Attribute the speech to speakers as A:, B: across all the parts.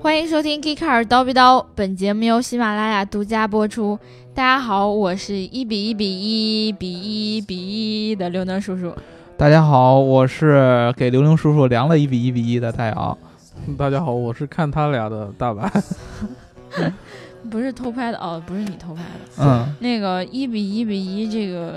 A: 欢迎收听《Kikar 叨逼叨》，本节目由喜马拉雅独家播出。大家好，我是一比一比一比一比一的刘能叔叔。
B: 大家好，我是给刘玲叔叔量了一比一比一的太阳。
C: 大家好，我是看他俩的大白。
A: 不是偷拍的哦，不是你偷拍的。
B: 嗯，
A: 那个一比一比一，这个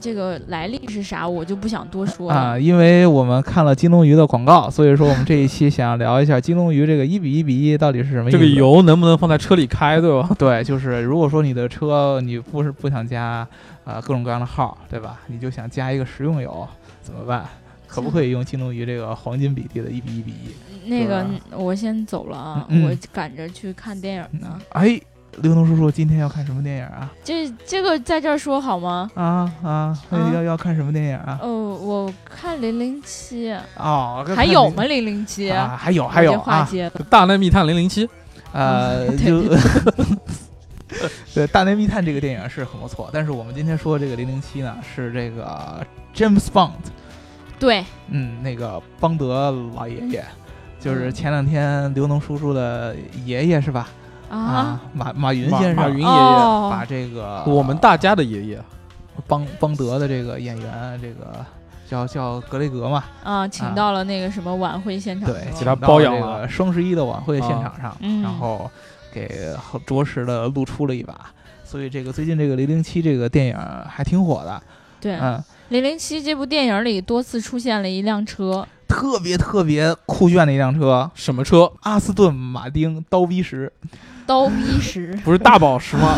A: 这个来历是啥，我就不想多说了。
B: 啊，因为我们看了金龙鱼的广告，所以说我们这一期想聊一下金龙鱼这个一比一比一到底是什么意
C: 这
B: 思。
C: 个油能不能放在车里开，对吧？
B: 对，就是如果说你的车你不是不想加啊、呃各种各样的号，对吧？你就想加一个食用油，怎么办？可不可以用金龙鱼这个黄金比例的一比一比一？
A: 那
C: 对
A: 个
C: 啊
A: 我先走了啊，
B: 嗯嗯
A: 我赶着去看电影呢。
B: 哎，刘能叔叔今天要看什么电影啊？
A: 这这个在这儿说好吗？
B: 啊啊，
A: 啊
B: 要要看什么电影啊？
A: 哦，我看零零七，
B: 哦，
A: 还有吗？零零七，
B: 啊，还有还有
A: 我这话
B: 啊，
A: 接的
C: 大内密探零零七，
B: 呃，
A: 嗯
B: 就 对《大内密探》这个电影是很不错，但是我们今天说的这个零零七呢，是这个 James Bond，
A: 对，
B: 嗯，那个邦德老爷爷，
A: 嗯
B: 就是前两天刘能叔叔的爷爷是吧？
A: 啊，
B: 马马云
C: 马
B: 先生，
C: 马云爷爷，
B: 把
A: 哦，
B: 这个
C: 我们大家的爷爷，
B: 邦邦德的这个演员，这个叫叫格雷格嘛，
A: 啊，请到了那个什么晚会现场，
B: 对，
A: 是吧
C: 其他包养
B: 了。
C: 了啊
B: 双十一的晚会现场上，
A: 嗯
B: 然后给着实的露出了一把。所以这个最近这个《零零七》这个电影还挺火的，
A: 对，
B: 嗯，
A: 零零七这部电影里多次出现了一辆车，
B: 特别特别酷炫的一辆车，
C: 什么车？，
B: 阿斯顿马丁刀逼十。
A: 刀逼十
C: 不是大宝石 吗？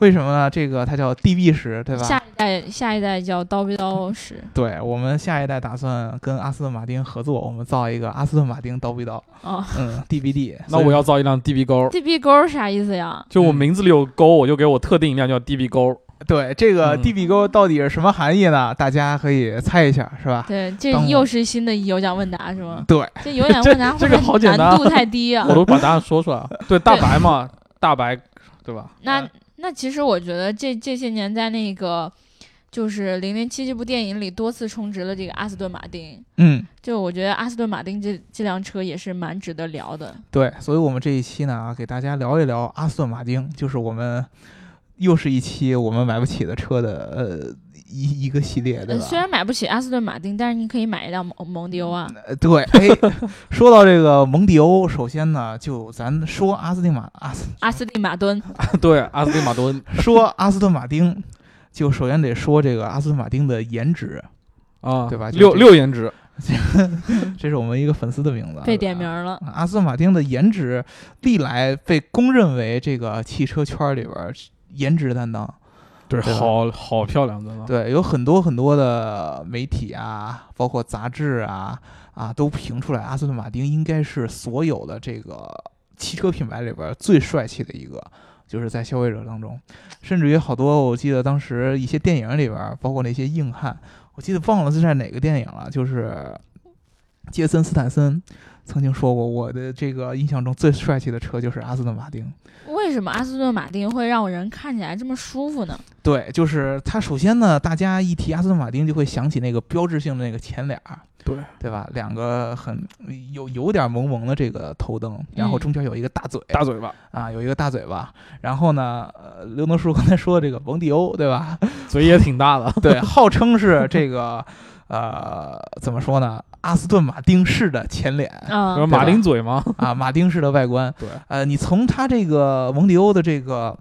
B: 为什么呢？这个它叫 DB 十，对吧？
A: 下一代下一代叫刀逼刀十，
C: 嗯
B: 对我们下一代打算跟阿斯顿马丁合作，我们造一个阿斯顿马丁刀逼刀，
A: 啊
B: 嗯，DBD。
C: 那我要造一辆 DB 勾，
A: ，DB 勾啥意思呀？
C: 就我名字里有勾，我就给我特定一辆叫 DB 勾。
B: 对这个
C: 嗯
B: DB 勾到底是什么含义呢？大家可以猜一下，是吧？
A: 对，这
B: 当我
A: 又是新的有奖问答是吗？
B: 对，
A: 这有奖问答会
C: 这嗯 这
A: 不
C: 个
A: 会
C: 好简单
A: 难度太低啊
C: 我。都把答案说出来了。 对，大白嘛，大白，对吧？
A: 那那其实我觉得这这些年在那个就是《零零七》这部电影里多次充值了这个阿斯顿马丁，
B: 嗯，
A: 就我觉得阿斯顿马丁这这辆车也是蛮值得聊的。
B: 对，所以我们这一期呢，给大家聊一聊阿斯顿马丁，就是我们又是一期我们买不起的车的呃一一个系列，对
A: 呃
B: 吧？
A: 虽然买不起阿斯顿马丁，但是你可以买一辆蒙蒙迪欧啊。
B: 呃对，哎， 说到这个蒙迪欧，首先呢，就咱说阿斯顿马阿斯
A: 阿斯利马敦，
C: 对，阿斯顿马多恩
B: 说阿斯顿马丁，就首先得说这个阿斯顿马丁的颜值，
C: 啊，
B: 对吧就
C: 六
B: 这
C: 六颜值，
B: 这是我们一个粉丝的名字，
A: 被
B: 对
A: 点
B: 吧
A: 名了。
B: 啊阿斯顿马丁的颜值历来被公认为这个汽车圈儿里边儿颜值担当。
C: 对，
B: 对吧
C: 好好漂亮，真的。
B: 对，有很多很多的媒体啊，包括杂志啊啊，都评出来阿斯顿马丁应该是所有的这个汽车品牌里边儿最帅气的一个，就是在消费者当中，甚至于好多我记得当时一些电影里边儿，包括那些硬汉，我记得忘了是在哪个电影了，就是杰森斯坦森曾经说过，我的这个印象中最帅气的车就是阿斯顿马丁。
A: 为什么阿斯顿马丁会让人看起来这么舒服呢？
B: 对，就是它。首先呢，大家一提阿斯顿马丁就会想起那个标志性的那个前脸儿，
C: 对
B: 对吧？两个很有有点萌萌的这个头灯，然后中间有一个大嘴、
C: 大嘴巴，
B: 啊，有一个大嘴巴。然后呢，呃，刘能叔刚才说的这个蒙迪欧，对吧？
C: 嘴也挺大的。
B: 对，号称是这个呃，怎么说呢？阿斯顿马丁式的前脸
C: 然后
A: 嗯，
C: 马丁嘴吗？
B: 啊，马丁式的外观。
C: 对，
B: 呃，你从它这个蒙迪欧的这个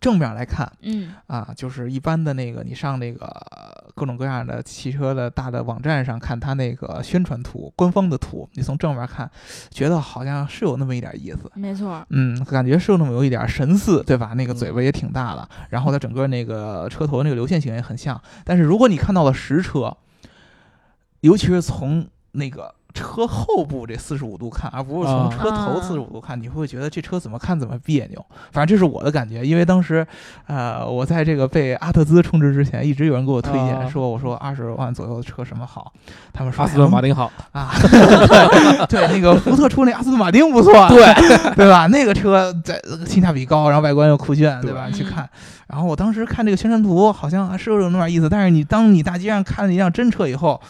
B: 正面来看。
A: 嗯，
B: 啊，就是一般的那个，你上那个呃各种各样的汽车的大的网站上看它那个宣传图、官方的图，你从正面看，觉得好像是有那么一点意思。
A: 没错。
B: 嗯，感觉是有那么有一点神似，对吧？那个嘴
C: 嗯
B: 巴也挺大的，然后它整个那个车头那个流线型也很像。但是如果你看到了实车，尤其是从那个车后部这四十五度看，而不是从
C: 啊
B: 车头
A: 啊
B: 四十五度看，你会觉得这车怎么看怎么别扭。反正这是我的感觉，因为当时，呃，我在这个被阿特兹充值之前，一直有人给我推
C: 啊
B: 荐说，我说二十万左右的车什么好，他们说
C: 阿斯顿马
B: 丁
C: 丁好，
B: 啊，对对，那个福特出那阿斯顿马丁不错，啊
C: 对，
B: 对吧？那个车在呃性价比高，然后外观又酷炫，对吧？
A: 对
B: 你去看。然后我当时看这个宣传图，好像还是有那么点意思，但是你当你大街上看了一辆真车以后，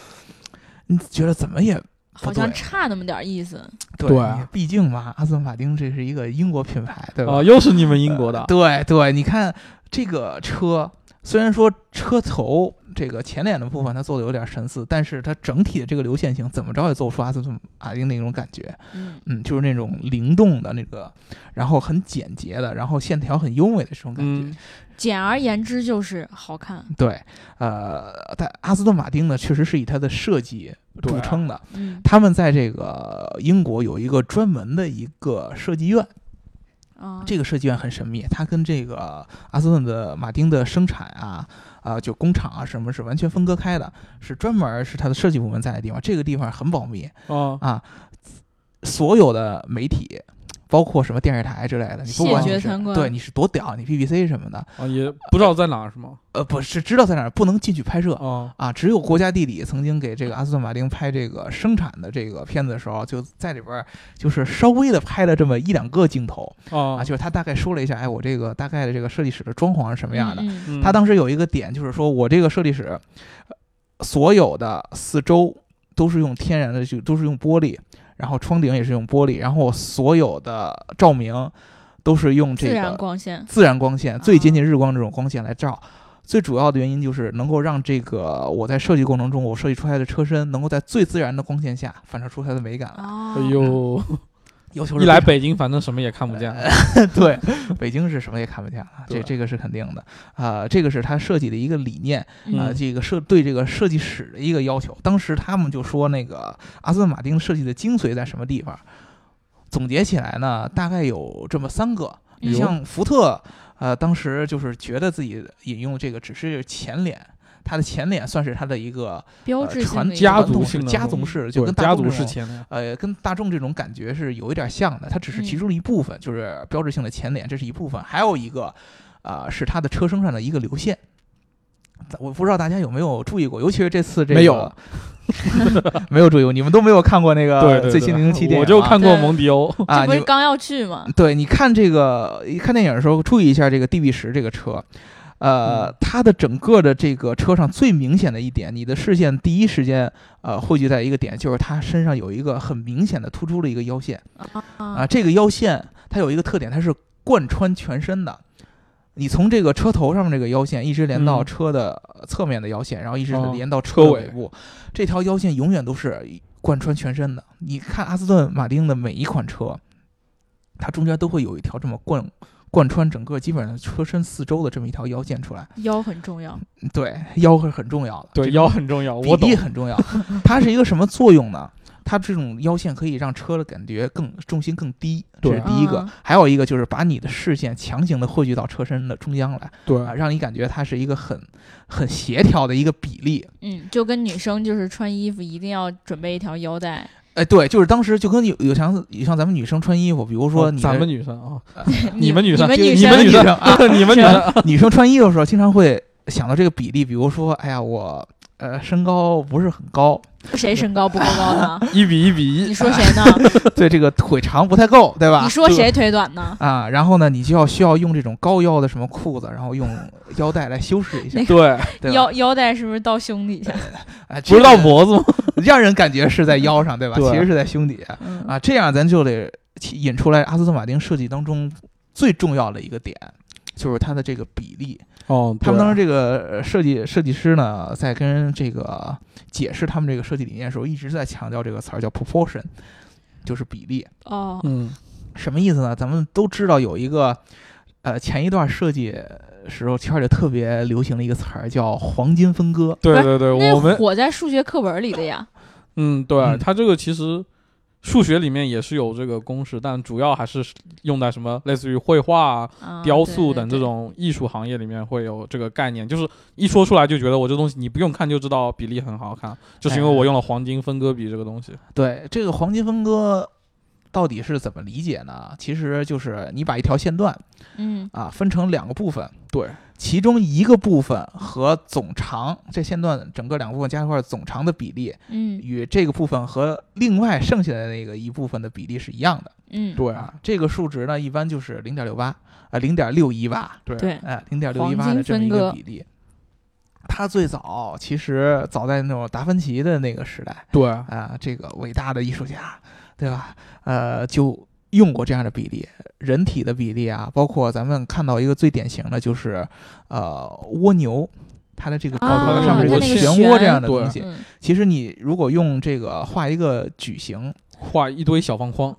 B: 你觉得怎么也
A: 好像差那么点意思。
B: 对，
C: 对啊
B: 毕竟嘛，阿斯顿马丁这是一个英国品牌，对吧？
C: 哦，又是你们英国的，
B: 对对，你看这个车，虽然说车头这个前脸的部分它做的有点神似，但是它整体的这个流线型怎么着也做不出阿斯顿马丁那种感觉。
A: 嗯
B: 嗯，就是那种灵动的那个，然后很简洁的，然后线条很优美的这种感觉。
C: 嗯，
A: 简而言之就是好看。
B: 对，呃，但阿斯顿马丁呢，确实是以它的设计
C: 对啊
B: 著称的。
A: 嗯
B: 他们在这个英国有一个专门的一个设计院，
A: 啊，
B: 这个设计院很神秘，它跟这个阿斯顿的马丁的生产啊。啊、就工厂啊，什么是完全分割开的，是专门是它的设计部门在的地方。这个地方很保密，
C: 哦，
B: 啊，所有的媒体，包括什么电视台之类的，你不
A: 谢
B: 管
A: 绝
B: 你
A: 参
B: 是
A: 观
B: 对你是多屌，你 BBC 什么的，
C: 哦也不知道在哪儿是吗？
B: 呃，不是知道在哪儿，不能进去拍摄
C: 哦，
B: 啊。只有国家地理曾经给这个阿斯顿马丁拍这个生产的这个片子的时候，就在里边儿就是稍微的拍了这么一两个镜头啊，
C: 哦，
B: 就是他大概说了一下，哎，我这个大概的这个设计室的装潢是什么样的。
A: 嗯嗯
C: 嗯
B: 他当时有一个点，就是说我这个设计室，呃所有的四周都是用天然的，就都是用玻璃，然后窗顶也是用玻璃，然后我所有的照明都是用这
A: 自然
B: 个
A: 光线。
B: 自然光线，最接近日光这种光线来照。最主要的原因就是能够让这个我在设计过程中，我设计出来的车身能够在最自然的光线下反射出它的美感来。啊
A: 哦，
C: 哎呦，
B: 嗯要求是
C: 一来
B: 非常
C: 北京反正什么也看不见，
B: 呃啊 对，北京是什么也看不见了，这
C: 对
B: 这个是肯定的啊、这个是他设计的一个理念啊、
A: 嗯，
B: 这个设对这个设计史的一个要求。当时他们就说，那个阿斯顿马丁设计的精髓在什么地方？总结起来呢，大概有这么三个。
A: 嗯
C: 哎
B: 你像福特，呃，当时就是觉得自己引用这个只是前脸。它的前脸算是它的一个
A: 标
B: 呃
A: 志性
B: 传
A: 的一
C: 家
A: 个
C: 族
B: 传统
C: 性的
B: 家
C: 东
B: 族
A: 西
B: 式的，就
C: 对，
B: 跟
C: 家
B: 大众
C: 族
B: 这
C: 式
B: 种
C: 前面，
B: 呃，跟大众这种感觉是有一点像的，它只是其
A: 嗯
B: 中的一部分，就是标志性的前脸，这是一部分，还有一个，呃，是它的车身上的一个流线。我不知道大家有没有注意过，尤其是这次这个
C: 没有，
B: 没有注意过，你们都没有看过那
C: 对
B: 个
C: 对
B: 呃最新
C: 对
B: 零零七电影、啊，
C: 我就看过
A: 对
C: 蒙迪欧，
B: 啊，
A: 这不
B: 你
A: 是刚要去吗？
B: 对，你看这个一看电影的时候，注意一下这个 DB 十这个车，呃
C: 嗯，
B: 它的整个的这个车上最明显的一点，你的视线第一时间呃汇聚在一个点，就是它身上有一个很明显的突出的一个腰线啊、
C: 嗯
A: 啊，
B: 这个腰线它有一个特点，它是贯穿全身的。你从这个车头上面这个腰线，一直连到
C: 嗯
B: 车的呃侧面的腰线，然后一直
C: 哦
B: 连到
C: 车
B: 车的
C: 尾
B: 尾部，这条腰线永远都是贯穿全身的。你看阿斯顿马丁的每一款车，它中间都会有一条这么贯贯穿整个基本上车身四周的这么一条腰线出来。
A: 腰很重要。
B: 对，腰是很重要的，
C: 对，
B: 这
C: 腰很重要，
B: 比
C: 我懂
B: 例，很重要。它是一个什么作用呢？它这种腰线可以让车的感觉更重心更低，这是
C: 对
B: 第一个
A: 嗯。
B: 还有一个就是把你的视线强行的汇聚到车身的中央来
C: 对
B: 啊，让你感觉它是一个很很协调的一个比例。
A: 嗯，就跟女生就是穿衣服一定要准备一条腰带，
B: 哎，对，就是当时就跟有有像有像咱们女生穿衣服，比如说
C: 哦
B: 你的、
C: 咱们女生啊，
A: 你
C: 们女生
A: 你们
B: 就
A: 女
B: 你们
A: 生
B: 女
C: 生
B: 生啊，
C: 你们女生，
B: 女生穿衣服的时候，经常会想到这个比例，比如说，哎呀，我呃身高不是很高，
A: 谁身高不够高 呢？
C: 一比一比
A: 你
C: 一，
A: 说谁呢？
B: 对这个腿长不太够，对吧
A: 你？说谁腿短呢？
B: 啊，然后呢，你就要需要用这种高腰的什么裤子，然后用腰带来修饰一下
A: 那，
C: 对，
B: 对吧？
A: 腰腰带是不是到胸底 下？
B: 哎
C: 不是到脖子吗？
B: 让人感觉是在腰上，对吧？
C: 对
B: 其实是在胸底下
A: 嗯
B: 啊，这样咱就得起引出来阿斯顿马丁设计当中最重要的一个点，就是它的这个比例。
C: 哦，
B: 他们当时
C: 时
B: 这个呃设计设计师呢，在跟这个解释他们这个设计理念的时候，一直在强调这个词儿叫 proportion，就是比例。
A: 哦，
C: 嗯，
B: 什么意思呢？咱们都知道有一个，呃，前一段设计时候圈里特别流行的一个词儿叫黄金分割。
C: 对对对，我
A: 那
C: 们
A: 火在数学课本里的呀。
C: 嗯，对，
B: 嗯
C: 它这个其实数学里面也是有这个公式，但主要还是用在什么类似于绘画啊、
A: 啊
C: 雕塑等这。
A: 对对对
C: 种艺术行业里面会有这个概念，就是一说出来就觉得我这东西你不用看就知道比例很好看，就是因为
B: 哎
C: 我用了黄金分割比这个东西。
B: 对，这个黄金分割到底是怎么理解呢？其实就是你把一条线段
A: 嗯
B: 啊分成两个部分，
C: 对，
B: 其中一个部分和总长这线段整个两个部分加一块儿总长的比例
A: 嗯
B: 与这个部分和另外剩下的那个一部分的比例是一样的
A: 嗯，
C: 对
B: 啊。这个数值呢，一般就是零点六八啊，零点六一八，
C: 对
A: 对，
B: 哎，零点六一八
A: 黄
B: 的
A: 金
B: 这么
A: 分
B: 一
A: 割
B: 个比例。它最早其实早在那种达芬奇的那个时代
C: 对，
B: 啊、这个伟大的艺术家，对吧？呃，就用过这样的比例，人体的比例啊，包括咱们看到一个最典型的就是，呃，蜗牛，它的这个高度，
C: 啊
B: 它上面
C: 它
B: 有
C: 那个
B: 漩
A: 旋
B: 涡这样的
C: 对
B: 东西。
A: 嗯，
B: 其实你如果用这个画一个矩形
C: 画一堆小方框，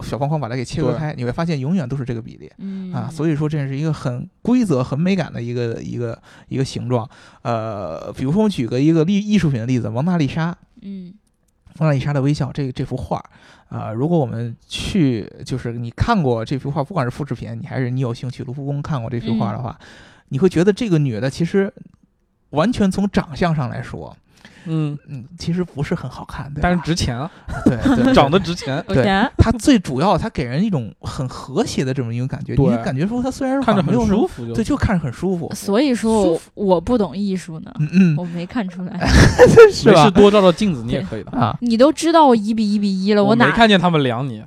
B: 小方框把它给切割
C: 对
B: 开，你会发现永远都是这个比例。
A: 嗯
B: 啊，所以说这是一个很规则、很美感的一个一个一个形状。呃，比如说我举个一个例艺术品的例子，《蒙娜丽莎》《
A: 嗯
B: 蒙娜丽莎的微笑》这这幅画，啊、如果我们去就是你看过这幅画，不管是复制品，你还是你有兴趣卢浮宫看过这幅
A: 嗯
B: 画的话，你会觉得这个女的其实完全从长相上来说，
C: 嗯，
B: 嗯，其实不是很好看，对吧
C: 但是值 钱啊，
B: 对对对
C: 长得值钱，
A: 有
B: 对
A: 钱，
B: 它最主要，它给人一种很和谐的这么一种感觉，你
C: 对
B: 就感觉说它虽然
C: 看着
B: 没
C: 很
B: 有什么
C: 舒服就，
B: 对，就看着很舒服。
A: 所以说
B: 舒
A: 我我不懂艺术呢，
B: 嗯嗯，
A: 我没看出来。
B: 是
C: 没
B: 吧
C: 事多照照镜子你也 可以的。
B: 啊，
A: 你都知道我一比一比一了，
C: 我没
A: 哪
C: 看见他们量你，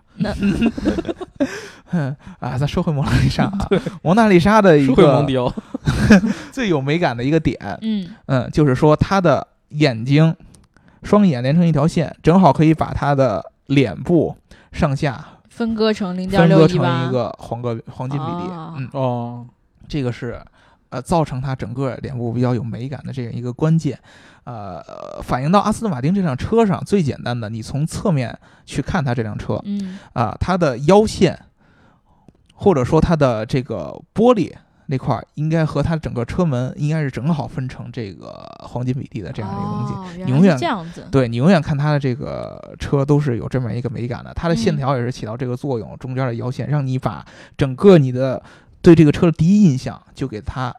B: 哼啊，咱说回蒙娜丽莎啊， 蒙娜丽莎的 一
C: 是会哦蒙
B: 个
C: 迪欧，
B: 最有美感的一个点，
A: 嗯
B: 嗯，就是说她的眼睛，双眼连成一条线，正好可以把她的脸部上下
A: 分割成零点
B: 分
A: 六
B: 割
A: 一
B: 成
A: 八
B: 一，个黄格黄金比例，
A: 哦
B: 嗯，
C: 哦，
B: 这个是。呃，造成她整个脸部比较有美感的这样一个关键，呃，反映到阿斯顿马丁这辆车上，最简单的，你从侧面去看它这辆车，
A: 嗯
B: 啊，它的腰线，或者说它的这个玻璃那块儿，应该和它整个车门应该是正好分成这个黄金比例的这样一个东西。
A: 哦原来
B: 永远
A: 是这样子，
B: 对你永远看它的这个车都是有这么一个美感的，它的线
A: 嗯
B: 条也是起到这个作用，中间的腰线让你把整个你的对这个车的第一印象就给它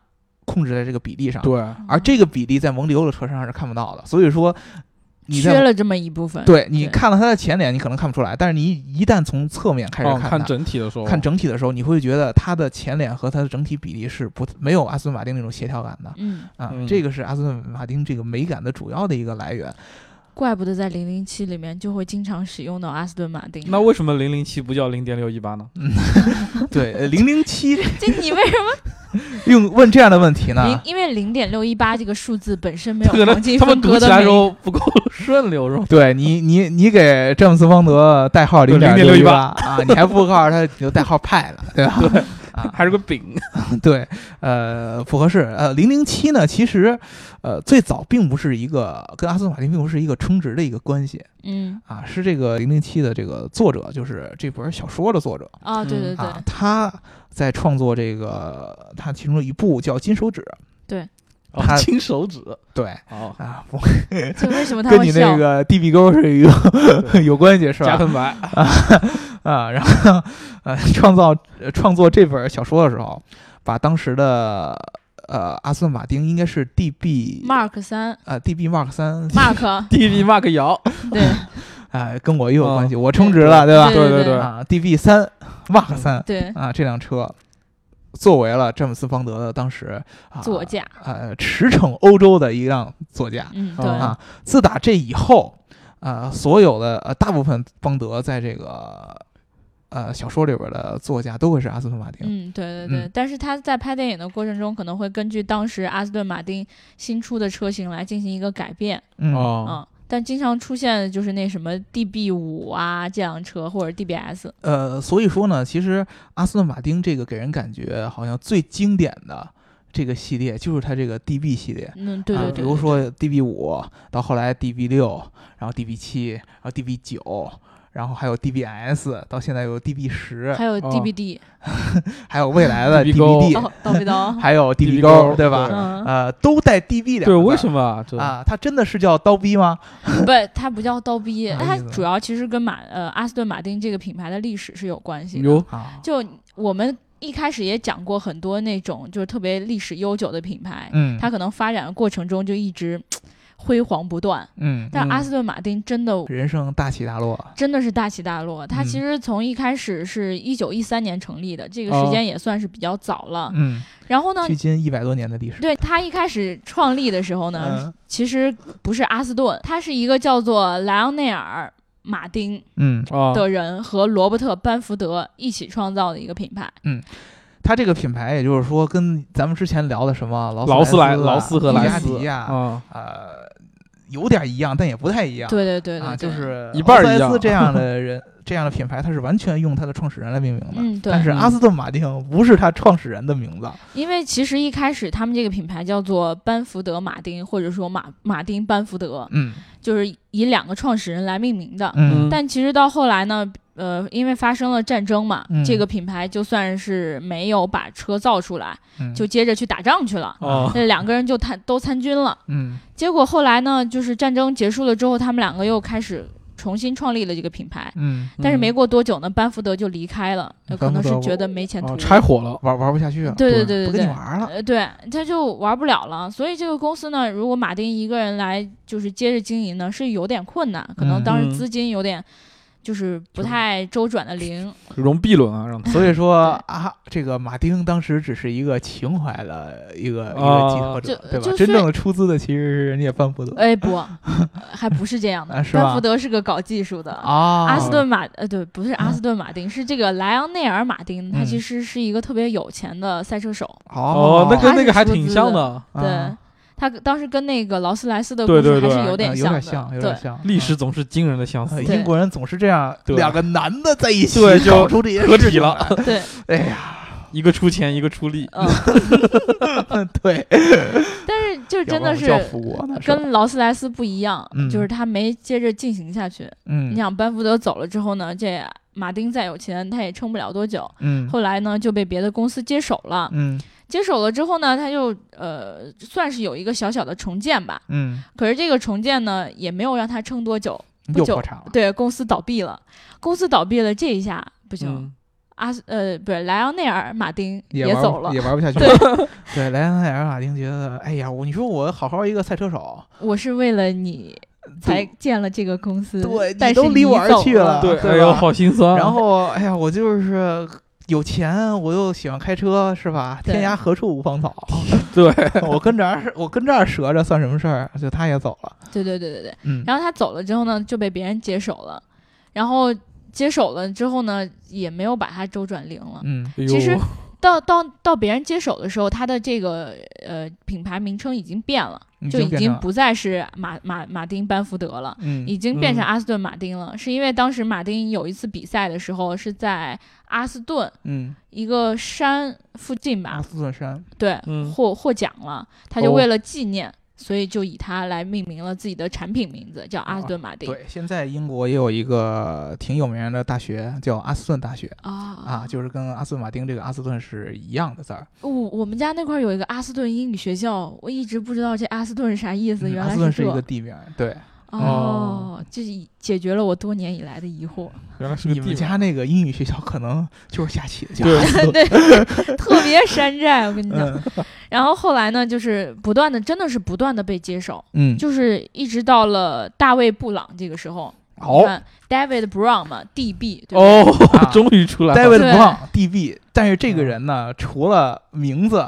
B: 控制在这个比例上。
C: 对，
B: 而
A: 嗯
B: 这个比例在蒙迪欧的车身上是看不到的，所以说你在
A: 缺了这么一部分，
B: 对你
A: 对
B: 看了它的前脸，你可能看不出来，但是你一旦从侧面开始
C: 哦，
B: 看它，
C: 看整体的时候，
B: 看整体的时候，你会觉得它的前脸和它的整体比例是不没有阿斯顿马丁那种协调感的
A: 嗯，
B: 啊、
C: 嗯
B: 这个是阿斯顿马丁这个美感的主要的一个来源。
A: 怪不得在零零七里面就会经常使用到阿斯顿马丁。
C: 那为什么零零七不叫零点六一八呢？
B: 对，零零七
A: 就你为什么
B: 用问这样的问题
A: 零
B: 呢？？
A: 因为零点六一八这个数字本身没
C: 这
A: 有
C: 个
A: 黄金
C: 他们
A: 分
C: 读
A: 割
C: 起
A: 的
C: 来
A: 美
C: 的时，候不够 顺溜， 是吧？
B: 对你，你你给詹姆斯·邦德代号零
C: 对
B: 点一
C: 0.618
B: 啊，你还不告诉他你就代号派了，对吧？ 啊，
C: 还是个饼，
B: 对，呃，不合适。呃，零零七呢，其实，呃，最早并不是一个跟阿斯顿马丁并不是一个称职的一个关系，
A: 嗯，
B: 啊，是这个零零七的这个作者，就是这本小说的作者
A: 哦，对对对
B: 啊，，他在创作这个他其中的一部叫《金手指》，
C: 哦
B: 他
C: 金手指，
B: 对
C: 哦，
B: 啊，不
A: 就为什么他
B: 跟
A: 会
B: 你
A: 笑
B: 那？个地壁沟是有 有关系是
C: 加
B: 吧？
C: 分白，
B: 啊，然后呃， 创造呃创作这本小说的时候，把当时的呃阿斯顿马丁应该是 DB
A: Mark 三
B: 呃 DB Mark 三
A: Mark
C: DB Mark 摇，
A: 对
B: 啊，跟我又有关
C: 哦
B: 系，我称职了对吧？
A: 对
C: 对
A: 对
B: 啊，DB 三 Mark 三。
A: 对
B: 啊，这辆车作为了詹姆斯·邦德的当时、啊、
A: 左驾，
B: 呃驰骋欧洲的一辆座驾
A: 嗯
C: 啊
A: 对
B: 啊。自打这以后，呃，所有的呃大部分邦德在这个呃小说里边的座驾都会是阿斯顿马丁。
A: 嗯，对对对，
B: 嗯
A: 但是他在拍电影的过程中，可能会根据当时阿斯顿马丁新出的车型来进行一个改变，
B: 嗯，
C: 哦，
A: 嗯，但经常出现的就是那什么 DB 五啊这辆车或者 DBS，
B: 呃，所以说呢，其实阿斯顿马丁这个给人感觉好像最经典的这个系列就是它这个 DB 系列。
A: 嗯，对
B: 啊
A: 对
B: 比
A: 对，
B: 如
A: 对
B: 说 DB 五到后来 DB 六，然后 DB 七，然后 DB 九，然后还有 DBS，到现在有 DB 十，
A: 还有
C: 哦
A: DBD，
B: 还有未来的
C: DB 勾
B: DBD，
A: 刀哦刀不 刀？
B: 还有
C: DB
B: 勾，
C: 勾
B: 对吧？
A: 嗯，
B: 呃，都带 DB 两个字
C: 对，为什么啊？这
B: 啊？它真的是叫刀逼吗？
A: 不，它不叫刀逼，
B: 啥
A: 它
B: 意思
A: 主要其实跟马呃阿斯顿马丁这个品牌的历史是有关系的。
C: 哟，
B: 啊，
A: 就我们一开始也讲过很多那种就是特别历史悠久的品牌，
B: 嗯，
A: 它可能发展的过程中就一直辉煌不断。
B: 嗯，
A: 但
C: 嗯
A: 阿斯顿马丁真的、
B: 人生大起大落，
A: 真的是大起大落，它
B: 嗯
A: 其实从一开始是一九一三年成立的，这个时
C: 哦
A: 间也算是比较早了。
B: 嗯，
A: 然后呢，
B: 距今一百多年的历史，
A: 对它一开始创立的时候呢，
B: 嗯
A: 其实不是阿斯顿，他是一个叫做莱昂内尔·马丁
B: 嗯，
C: 啊，
B: 啊
A: 的人和罗伯特·班福德一起创造的一个品牌。
B: 它这个品牌，也就是说跟咱们之前聊的什么劳
C: 劳斯莱
B: 莱
C: 劳斯和
B: 比
C: 莱
B: 亚
C: 斯
B: 迪呀，
C: 啊，
B: 呃，有点一样，但也不太一样。
A: 对对对对，
B: 啊，就
A: 对
B: 是
C: 一半儿
B: 劳斯莱
C: 一样
B: 斯这样 的人，这样的品牌，它是完全用它的创始人来命名的。
A: 嗯，
B: 但
A: 对，
B: 是阿斯顿马丁不是它创始人的名字，
A: 因为其实一开始他们这个品牌叫做班福德马丁，或者说马马丁班福德，
B: 嗯
A: 就是以两个创始人来命名的。
B: 嗯
A: 但其实到后来呢，呃，因为发生了战争嘛，
B: 嗯
A: 这个品牌就算是没有把车造出来，
B: 嗯，
A: 就接着去打仗去了。
C: 哦
A: 那两个人就参都参军了。
B: 嗯
A: 结果后来呢，就是战争结束了之后，他们两个又开始重新创立了这个品牌。
B: 嗯，
A: 但是没过多久呢，班福德就离开了，呃
B: 嗯
A: 可能
B: 班
A: 是
B: 福德
A: 觉得没前途
C: 哦
A: 了，
C: 拆伙了，
B: 玩玩不下去了，
A: 对对
C: 对
A: 对
B: 不
A: 对
B: 跟你
A: 对。
B: 玩了。
A: 呃，对，他就玩不了了，所以这个公司呢，如果马丁一个人来就是接着经营呢，是有点困难，可能当
C: 嗯
A: 时资金有点就是不太周转的灵，
C: 融 B 轮啊，让他
B: 所以说啊，这个马丁当时只是一个情怀的一个、一个集
C: 啊
B: 合者，
A: 就
B: 对吧
A: 就？
B: 真
A: 虽
B: 正的出资的其实是人家班福德
A: 哎不，呃还不是这样的，
B: 啊是吧
A: 班福德是个搞技术的，
B: 啊，
A: 阿斯顿马呃对，不是阿斯顿马丁，是这个莱昂内尔马丁，他
B: 嗯
A: 其实是一个特别有钱的赛车手，
B: 哦
C: 哦，，那跟那个还
A: 他是出
C: 挺
A: 资
C: 像
A: 的
C: 的，
B: 啊
A: 对。他当时跟那个劳斯莱斯的故
C: 对
A: 事还
C: 对对
A: 是有
B: 啊
A: 点
B: 有
A: 像
B: 点
A: 的，
B: 像，有
A: 对
B: 点，像
C: 历史。总是惊人的相
B: 呃
C: 似。
B: 英国人总是这样，
C: 对
B: 两个男的在一起
C: 对就
B: 搞出这些
C: 合
B: 事
C: 体
B: 情
C: 了
B: 来。
A: 对，
B: 哎呀，
C: 一个出钱，一个出力，
A: 嗯，
B: 对，
A: 但是就真的是
B: 要不然我们叫富国呢，是吧
A: 跟劳斯莱斯不一样，
B: 嗯
A: 就是他没接着进行下去。你
B: 嗯
A: 想，班福德走了之后呢，这马丁再有钱，他也撑不了多久。
B: 嗯
A: 后来呢，就被别的公司接手了。
B: 嗯
A: 接手了之后呢，他就呃，算是有一个小小的重建吧。
B: 嗯，
A: 可是这个重建呢，也没有让他撑多久。
B: 又
A: 久
B: 破产了。
A: 对，公司倒闭了，公司倒闭了，这一下不行。
C: 嗯，
A: 阿斯呃，不是莱昂内尔马丁
B: 也玩
A: 走
B: 不
A: 了。
B: 也玩不下去。了。对，莱昂内尔马丁觉得，哎呀，我你说我好好一个赛车手，
A: 我是为了你才建了这个公司，
B: 对
A: 但
B: 你
A: 是
B: 都离我而
A: 走
B: 去
A: 了
B: 了。
C: 对，
B: 啊对
C: 哎呦，
B: 吧
C: 好心酸啊。
B: 然后，哎呀，我就是有钱，我又喜欢开车，是吧？
A: 对
B: 天涯何处无 芳草，
C: 对，
B: 我跟这儿我跟这儿折着算什么事儿？就他也走了，
A: 对对对对对。
B: 嗯，
A: 然后他走了之后呢，就被别人接手了，然后接手了之后呢，也没有把他周转零了。
B: 嗯
C: 哎呦
A: 其实到到到别人接手的时候，他的这个呃品牌名称已经变了，就已
B: 变
A: 经
B: 成
A: 不再是马马马丁班福德了。
B: 嗯
A: 已经变成
C: 嗯
A: 阿斯顿马丁了，是因为当时马丁有一次比赛的时候是在阿斯顿
B: 嗯
A: 一个山附近吧，
B: 阿斯顿山，
A: 对，
C: 嗯
A: 获获奖了，他就
C: 哦
A: 为了纪念，所以就以他来命名了自己的产品名字，叫阿斯顿马丁。
B: 哦对，现在英国也有一个挺有名的大学叫阿斯顿大学。
C: 哦
A: 啊
B: 啊，！就是跟阿斯顿马丁这个阿斯顿是一样的字儿，
A: 我哦我们家那块儿有一个阿斯顿英语学校，我一直不知道这阿斯顿是啥意思，
B: 嗯
A: 原
B: 阿
A: 来
B: 斯顿
A: 这
B: 是一个地名儿，对，
A: 哦，这以解决了我多年以来的疑惑，
C: 原来是
B: 你
C: 个地
B: 们
C: 名，
B: 家那个英语学校可能就是下棋的家，
C: 对
A: 对， 特别山寨，我跟你讲。
B: 嗯
A: 然后后来呢，就是不断的，真的是不断的被接手，
B: 嗯，
A: 就是一直到了大卫布朗这个时候，你
B: 好
A: 看 David Brown 嘛，DB 对吧
C: 哦
B: 啊，
C: 终于出来了。
B: ，David
A: 对
B: Brown DB，但是这
C: 嗯
B: 个人呢，除了名字。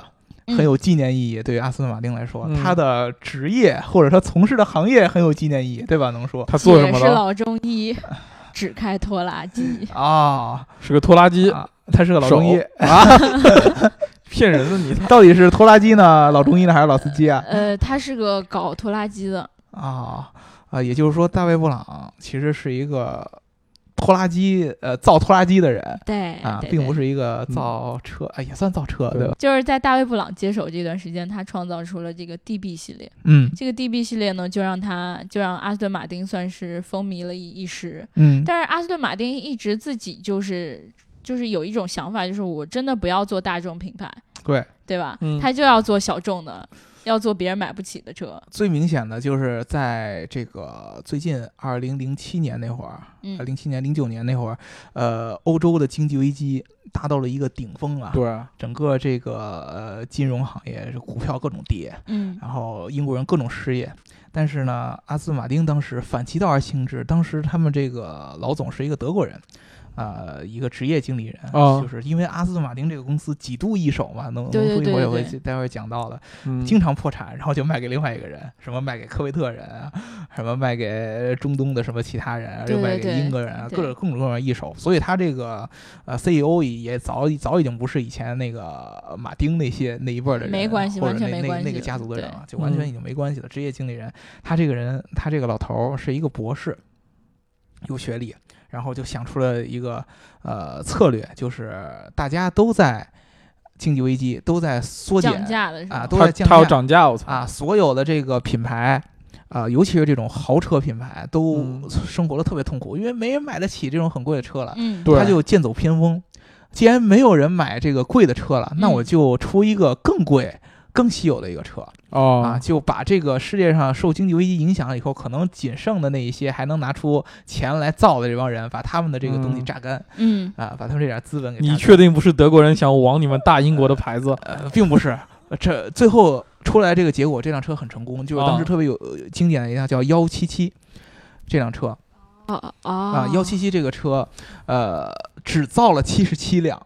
B: 很有纪念意义，对于阿斯顿马丁来说，
C: 嗯
B: 他的职业或者他从事的行业很有纪念意义，对吧？能说
C: 他做什
A: 也
C: 么
A: 是
C: 了？
A: 老中医，只开拖拉机。
B: 啊
C: 是个拖拉机，
B: 啊，他是个老中医
C: 手
B: 啊，
C: 骗人的你！
B: 到底是拖拉机呢，老中医呢，还是老司机 啊？
A: 呃，他是个搞拖拉机的，
B: 啊啊，也就是说，大卫布朗其实是一个拖拉机呃造拖拉机的人
A: 对，
C: 哎
B: 啊，
A: 对
B: 并
A: 对
B: 不是一个造车啊，也算造车
C: 嗯对
B: 对吧？
A: 就是在大卫布朗接手这段时间，他创造出了这个 DB 系列。
B: 嗯
A: 这个 DB 系列呢，就让他就让阿斯顿马丁算是风靡了一一时。
B: 嗯
A: 但是阿斯顿马丁一直自己就是就是有一种想法，就是我真的不要做大众品牌，
B: 对，
A: 对吧？
C: 嗯
A: 他就要做小众的，要做别人买不起的车。
B: 最明显的就是在这个最近二零零七年那会儿，
A: 嗯，
B: 零七年、零九年那会儿，呃，欧洲的经济危机达到了一个顶峰啊，
C: 对，
B: 整个这个呃金融行业这股票各种跌，
A: 嗯，
B: 然后英国人各种失业。但是呢，阿斯顿马丁当时反其道而行之，当时他们这个老总是一个德国人，呃一个职业经理人，
C: 啊
B: 就是因为阿斯顿马丁这个公司几度易手嘛，能
A: 对对
B: 能
A: 对
B: 我也
A: 对
B: 会
A: 对
B: 待会儿讲到的，
C: 嗯
B: 经常破产，然后就卖给另外一个人，什么卖给科威特人啊，什么卖给中东的什么其他人啊，
A: 对
B: 又卖
A: 对
B: 给
A: 对
B: 英国人啊，
A: 对
B: 各种各种各样的一手。所以他这个呃 CEO 也早已早已经不是以前那个马丁那些那一辈儿的人，啊
A: 没关系
B: 或者
A: 完全没
B: 那
A: 关系
B: 那那个
A: 了
B: 家族的人
A: 对嗯
B: 了，就完全已经没关系了。职业经理人，他这个人，他这个老头儿是一个博士，有学历，然后就想出了一个呃策略，就是大家都在。经济危机都在缩减
A: 降价了是吧？
B: 啊都
C: 他
B: 在降
C: 他要
B: 价
C: 涨价，我操！
B: 啊，所有的这个品牌，啊、尤其是这种豪车品牌，都
C: 嗯
B: 生活的特别痛苦，因为没人买得起这种很贵的车了，
A: 嗯，
C: 对
B: 他就剑走偏锋。既然没有人买这个贵的车了，那
A: 嗯
B: 我就出一个更贵、更稀有的一个车啊，
C: 哦，
B: 就把这个世界上受经济危机影响以后，可能仅剩的那一些还能拿出钱来造的这帮人，把他们的这个东西
C: 嗯
B: 榨干、
A: 嗯，
B: 啊，把他们这点资本给榨
C: 你
B: 干
C: 确定不是德国人想往你们大英国的牌子？
B: 呃，并不是，呃这最后出来这个结果，这辆车很成功，就是当时
C: 啊
B: 特别有、呃经典的一辆叫幺七七这辆车
A: 哦哦
B: 啊，幺七七这个车，呃，只造了七十七辆，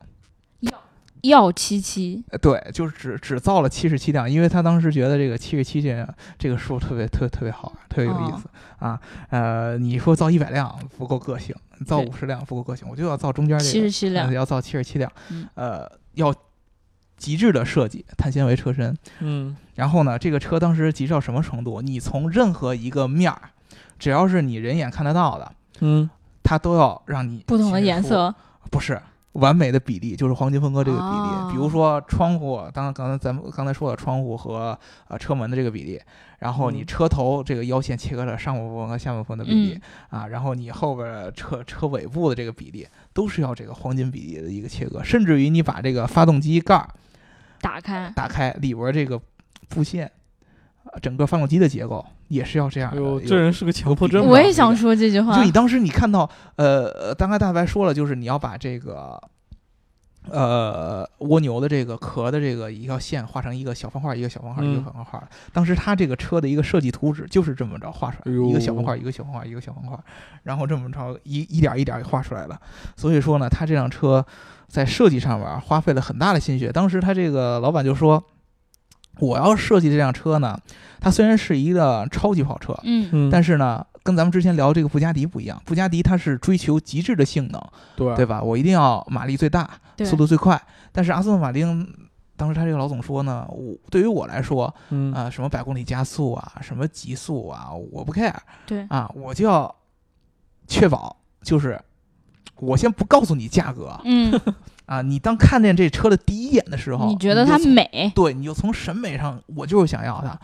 A: 幺七七，
B: 呃对，就是只只造了七十七辆，因为他当时觉得这个七十七这这个数特别特特别好玩，特别有意
A: 哦
B: 思、啊，呃，你说造一百辆不够个性，造
A: 对
B: 五十辆不够个性，我就要造中间这个
A: 七十七辆
B: 呃，要造七十七辆，
A: 嗯
B: 呃，要极致的设计，碳纤维车身。
C: 嗯，
B: 然后呢，这个车当时急到什么程度？你从任何一个面儿，只要是你人眼看得到的，
C: 嗯，
B: 它都要让你
A: 不同的
B: 显示
A: 颜
B: 出，
A: 色，
B: 不是完美的比例，就是黄金分割这个比例。
A: 哦
B: 比如说窗户，当刚才咱们刚才说的窗户和呃车门的这个比例，然后你
C: 嗯
B: 车头这个腰线切割了上半部分和下半部分的比
A: 嗯
B: 例、啊，然后你后边儿车车尾部的这个比例，都是要这个黄金比例的一个切割，甚至于你把这个发动机盖儿
A: 打开，
B: 打开里边儿这个布线，呃整个发动机的结构也是要这样
C: 哎
B: 的。有
C: 呦，这人是个强迫症吧。
A: 我也想说这句话
B: 就，你当时你看到，呃，呃刚才大白说了，就是你要把这个，呃，蜗牛的这个壳的这个一条线画成一个小方块，一个小方块，一个
C: 嗯
B: 小方块。当时他这个车的一个设计图纸就是这么着画出来的，
C: 哎呦
B: 一个小方块，一个小方块，一个小方块，然后这么着一一点一点给画出来的。所以说呢，他这辆车在设计上面儿花费了很大的心血。当时他这个老板就说。我要设计这辆车呢，它虽然是一个超级跑车，
A: 嗯，
C: 嗯，
B: 但是呢，跟咱们之前聊这个布加迪不一样，布加迪它是追求极致的性能，
C: 对
B: 对吧？我一定要马力最大，
A: 对
B: 速度最快。但是阿斯顿马丁当时他这个老总说呢，我对于我来说
C: 嗯
B: 啊、什么百公里加速啊，什么极速啊，我不 care
A: 对，
B: 啊，我就要确保就是我先不告诉你价格
A: 嗯，
B: 啊，你当看见这车的第一眼的时候，
A: 你觉得
B: 就
A: 它
B: 从
A: 美，
B: 对，你就从审美上，我就是想要它，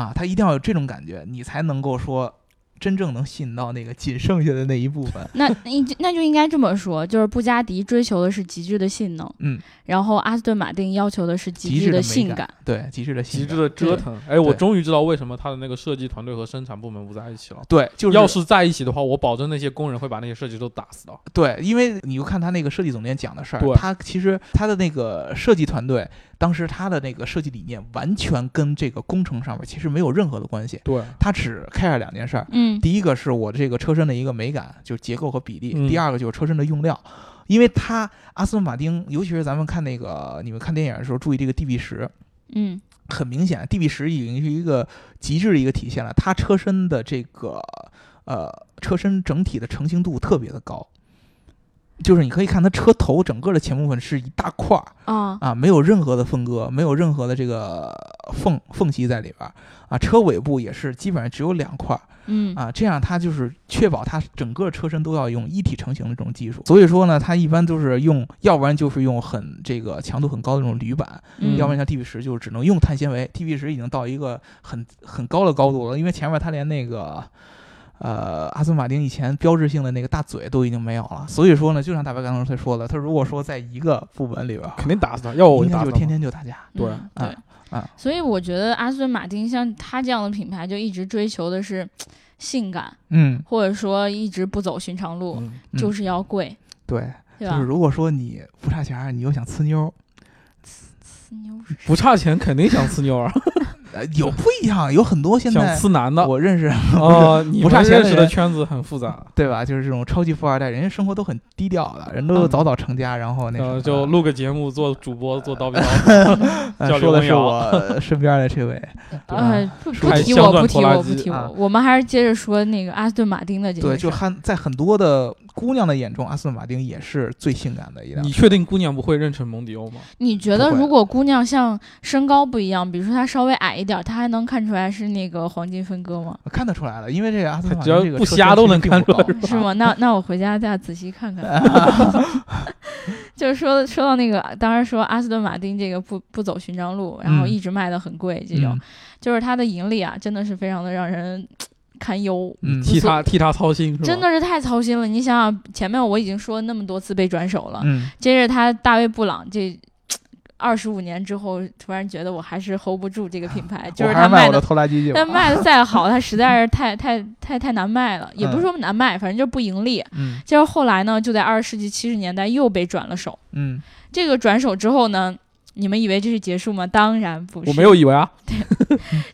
B: 啊，它一定要有这种感觉，你才能够说真正能吸引到那个仅剩下的那一部分。
A: 那你就那就应该这么说，就是布加迪追求的是极致的性能，
B: 嗯，
A: 然后阿斯顿马丁要求的是极
B: 极
A: 致
B: 致的美
A: 性
B: 感
A: 感，
B: 对，极致的性
C: 极致
B: 感
C: 的折腾。哎，我
B: 对
C: 终于知道为什么他的那个设计团队和生产部门不在一起了。
B: 对，就是
C: 要是在一起的话，我保证那些工人会把那些设计都打死的。
B: 对，因为你就看他那个设计总监讲的事儿
C: 对，
B: 他其实他的那个设计团队当时他的那个设计理念完全跟这个工程上面其实没有任何的关系，
C: 对，
B: 他只 care 两件事儿，
A: 嗯，
B: 第一个是我这个车身的一个美感，就是结构和比例；
C: 嗯
B: 第二个就是车身的用料，因为它阿斯顿马丁，尤其是咱们看那个你们看电影的时候注意这个 DB 十，
A: 嗯，
B: 很明显 DB 十已经是一个极致的一个体现了，它车身的这个呃车身整体的成型度特别的高。就是你可以看它车头整个的前部分是一大块儿
A: 啊，
B: 啊，没有任何的分割，没有任何的这个缝缝隙在里边儿啊。车尾部也是基本上只有两块儿，
A: 嗯，
B: 啊，这样它就是确保它整个车身都要用一体成型的这种技术。所以说呢，它一般都是用，要不然就是用很这个强度很高的那种铝板，
A: 嗯
B: 要不然像 DB 十就是只能用碳纤维。DB 十已经到一个很很高的高度了，因为前面它连那个。呃，阿斯顿马丁以前标志性的那个大嘴都已经没有了，所以说呢，就像大白刚才说的，他如果说在一个部门里边儿，
C: 肯定打死他，要我
B: 应
C: 打
B: 该
C: 死
B: 就
C: 他
B: 天
C: 吗。
B: 天就打架。
A: 嗯
C: 对
A: 对
B: 啊
A: 所以我觉得阿斯顿马丁像他这样的品牌，就一直追求的是性感，
B: 嗯，
A: 或者说一直不走寻常路，
C: 嗯
B: 嗯
A: 就是要贵，
B: 对，
A: 对
B: 就
A: 吧
B: 是？ 如果说你不差钱儿，你又想呲妞儿，
A: 呲妞是
C: 不差钱肯定想呲妞啊！
B: 呃有不一样，有很多现
C: 想
B: 在
C: 刺男的
B: 我认识，
C: 哦，你
B: 不差
C: 们
B: 钱的
C: 认识的
B: 人
C: 圈子很复杂，
B: 对吧？就是这种超级富二代，人家生活都很低调的，人都
C: 嗯
B: 早早成家，然 后那嗯什
C: 呃，
B: 么
C: 就
B: 的
C: 录个节目做主播做叨逼 叨，
B: 呃
C: 叫
B: 说的
C: 刘啊
B: 是
C: 文
B: 我身边的 这位，
A: 呃， 不不
C: 还
A: 提
C: 镶
A: 我，
C: 钻
A: 不
C: 拖
A: 提
C: 拉
A: 我，不
C: 机
A: 提
B: 啊
A: 我，我们还是接着说那个阿斯顿马丁的这
B: 对，
A: 个
B: 就
A: 事儿。
B: 还在很多的姑娘的眼中，阿斯顿马丁也是最性感的一辆
C: 你。确定姑娘不会认成蒙迪欧吗？
A: 你觉得
B: 不会
A: 如果姑娘像身高不一样，比如说她稍微矮一点儿，她还能看出来是那个黄金分割吗？
B: 看得出来了，因为这个阿斯顿马
C: 只要
B: 丁这个
C: 不
B: 车
C: 瞎
B: 身
C: 都
B: 其实
C: 能
B: 并
C: 看
B: 不
C: 出来
B: 高嗯
A: 是？吗？那那我回家再仔细看看。 就是说说到那个，当然说阿斯顿马丁这个不不走寻常路，然后
B: 嗯
A: 一直卖的很贵，这种、
B: 嗯
A: 就是它的盈利啊，真的是非常的让人堪忧。
B: 嗯，
C: 替他替他操心是吧？
A: 真的是太操心了，你想想，前面我已经说了那么多次被转手了，
B: 嗯，
A: 接着他大卫布朗这二十五年之后，突然觉得我还是 hold 不住这个品 牌， 就
B: 我
A: 是
B: 还
A: 他
B: 是卖
A: 卖
B: 我的
A: 的，
B: 拖拉机去吧
A: 但。卖的再好，他实在是太太太太难卖了，也不是
B: 嗯
A: 说难卖，反正就是不盈利。
B: 嗯
A: 接着后来呢，就在二十世纪七十年代又被转了手。
B: 嗯，
A: 这个转手之后呢，你们以为这是结束吗？当然不是，
C: 我没有以为啊，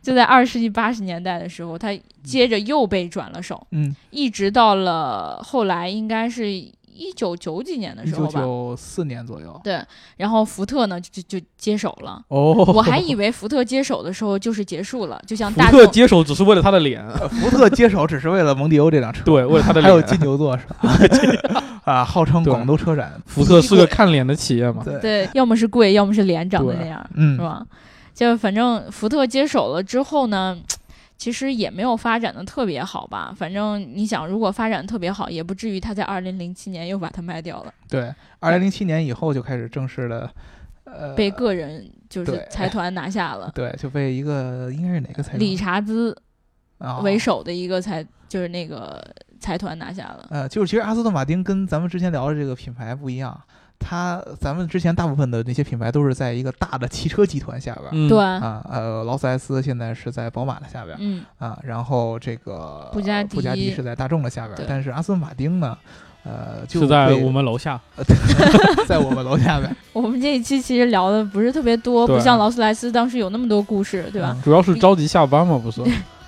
A: 就在二世纪八十年代的时候，他接着又被转了手，
B: 嗯，
A: 一直到了后来应该是一九九几年的
B: 一
A: 时
B: 九
A: 候吧。
B: 九四年左右，
A: 对，然后福特呢就就就接手了。
C: 哦，
A: 我还以为福特接手的时候就是结束了，就像
C: 福
A: 大
C: 特
A: 众
C: 接手只是为了他的 脸，
B: 呃福特接手只是为了蒙迪欧这辆车，
C: 对，为了他的
B: 还有
C: 脸。
B: 金牛座是 吧？ 啊，号称
C: 对
B: 广州车展，
C: 福特是个看脸的企业嘛？
B: 对，
A: 对，要么是贵，要么是脸长得
C: 对
A: 那样，是
B: 嗯
A: 吧？就反正福特接手了之后呢，其实也没有发展的特别好吧。反正你想，如果发展得特别好，也不至于他在二零零七年又把它卖掉了，
B: 对，二零零七年以后就开始正式的，呃，
A: 被个人就是
B: 对
A: 财团拿下了，
B: 对就被一个应该是哪个 财
A: 理
B: 团
A: 查兹
B: 啊
A: 为首的一个财就是那个财团拿下了。
B: 呃，就是其实阿斯顿马丁跟咱们之前聊的这个品牌不一样，它咱们之前大部分的那些品牌都是在一个大的汽车集团下边儿。
C: 嗯，
A: 对，
B: 啊，呃，劳斯莱斯现在是在宝马的下边儿
A: 嗯，
B: 啊，然后这个
A: 布加
B: 布加迪
A: 迪
B: 是在大众的下边儿
A: 对，
B: 但是阿斯顿马丁呢，呃，就是
C: 在
B: 被
C: 我们楼下。
B: 在我们楼下边儿，
A: 我们这一期其实聊的不是特别多，
C: 对
A: 不像劳斯莱斯当时有那么多故事，对吧？
B: 啊嗯
C: 主要是着急下班嘛，不是？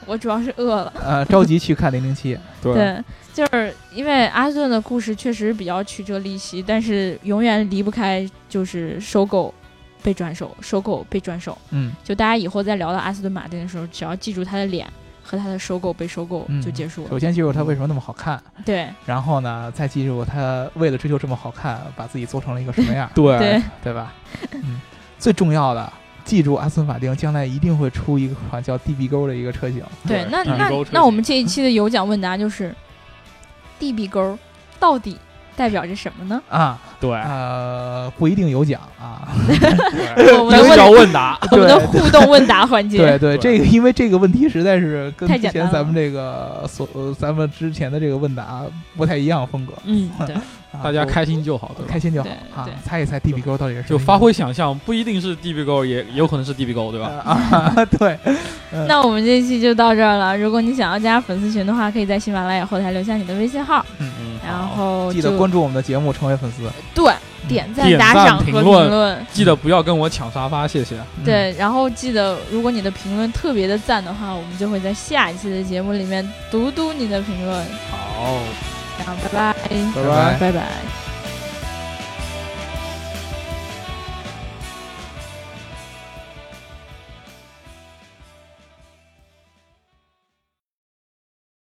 A: 我主要是饿了，
B: 呃，着急去看零零七，
C: 对，
A: 对，就是因为阿顿的故事确实比较曲折离奇，但是永远离不开就是收购。被转手，收购被转手，
B: 嗯，
A: 就大家以后在聊到阿斯顿马丁的时候，只要记住他的脸和他的收购被收购
B: 嗯哎
A: 就结束了。
B: 首先记住它为什么那么好看，
A: 对
B: 然后呢，再记住它为了追求这么好看，把自己做成了一个什么样 儿，
A: 对，
B: 对吧？嗯，最重要的，记住阿斯顿马丁将来一定会出一款叫 DB 勾的一个车型。
A: 对，那
C: 嗯
A: 那
C: 勾车
A: 那
C: 型
A: 我们这一期的有奖问答就是，D B 勾到底代表着什么 呢？
B: 啊，
A: 哎
C: 对，
B: 呃，不一定有奖啊。
C: 哎
A: 我们的
C: 有
A: 问
C: 奖问答，
A: 我们的
B: 对
A: 互动问答环节，
B: 对对，
C: 对
B: 这个因为这个问题实在是跟
A: 太
B: 之
A: 简
B: 前
A: 单
B: 咱们
A: 了
B: 这个所呃咱们之前的这个问答不太一样风格，
A: 嗯，对。
B: 啊
C: 大家
B: 都
C: 开心就好，对吧
B: 开？心就好
A: 对
B: 啊
A: 对，
B: 猜一猜 DB 勾到底是什
C: 就
B: 么
C: 发
B: 意思
C: 挥想象，不一定是 DB 勾，也也有可能是 DB 勾，对吧？
B: 啊，对，
A: 那我们这一期就到这儿了。如果你想要加粉丝群的话，可以在喜马拉雅后台留下你的微信号，
B: 嗯，
C: 嗯，
A: 然
C: 好
A: 后
B: 记得
A: 就
B: 关注我们的节目，成为粉丝。嗯
A: 对点赞、
C: 点
A: 打
C: 赞
A: 赏和
C: 评
A: 评
C: 论嗯
A: 论。
C: 记得不要跟我抢沙发，谢谢。
B: 嗯，
A: 对，然后记得，如果你的评论特别的赞的话，我们就会在下一期的节目里面读读你的评论。
C: 好。
A: 然后拜拜，
B: 拜拜
A: 拜拜。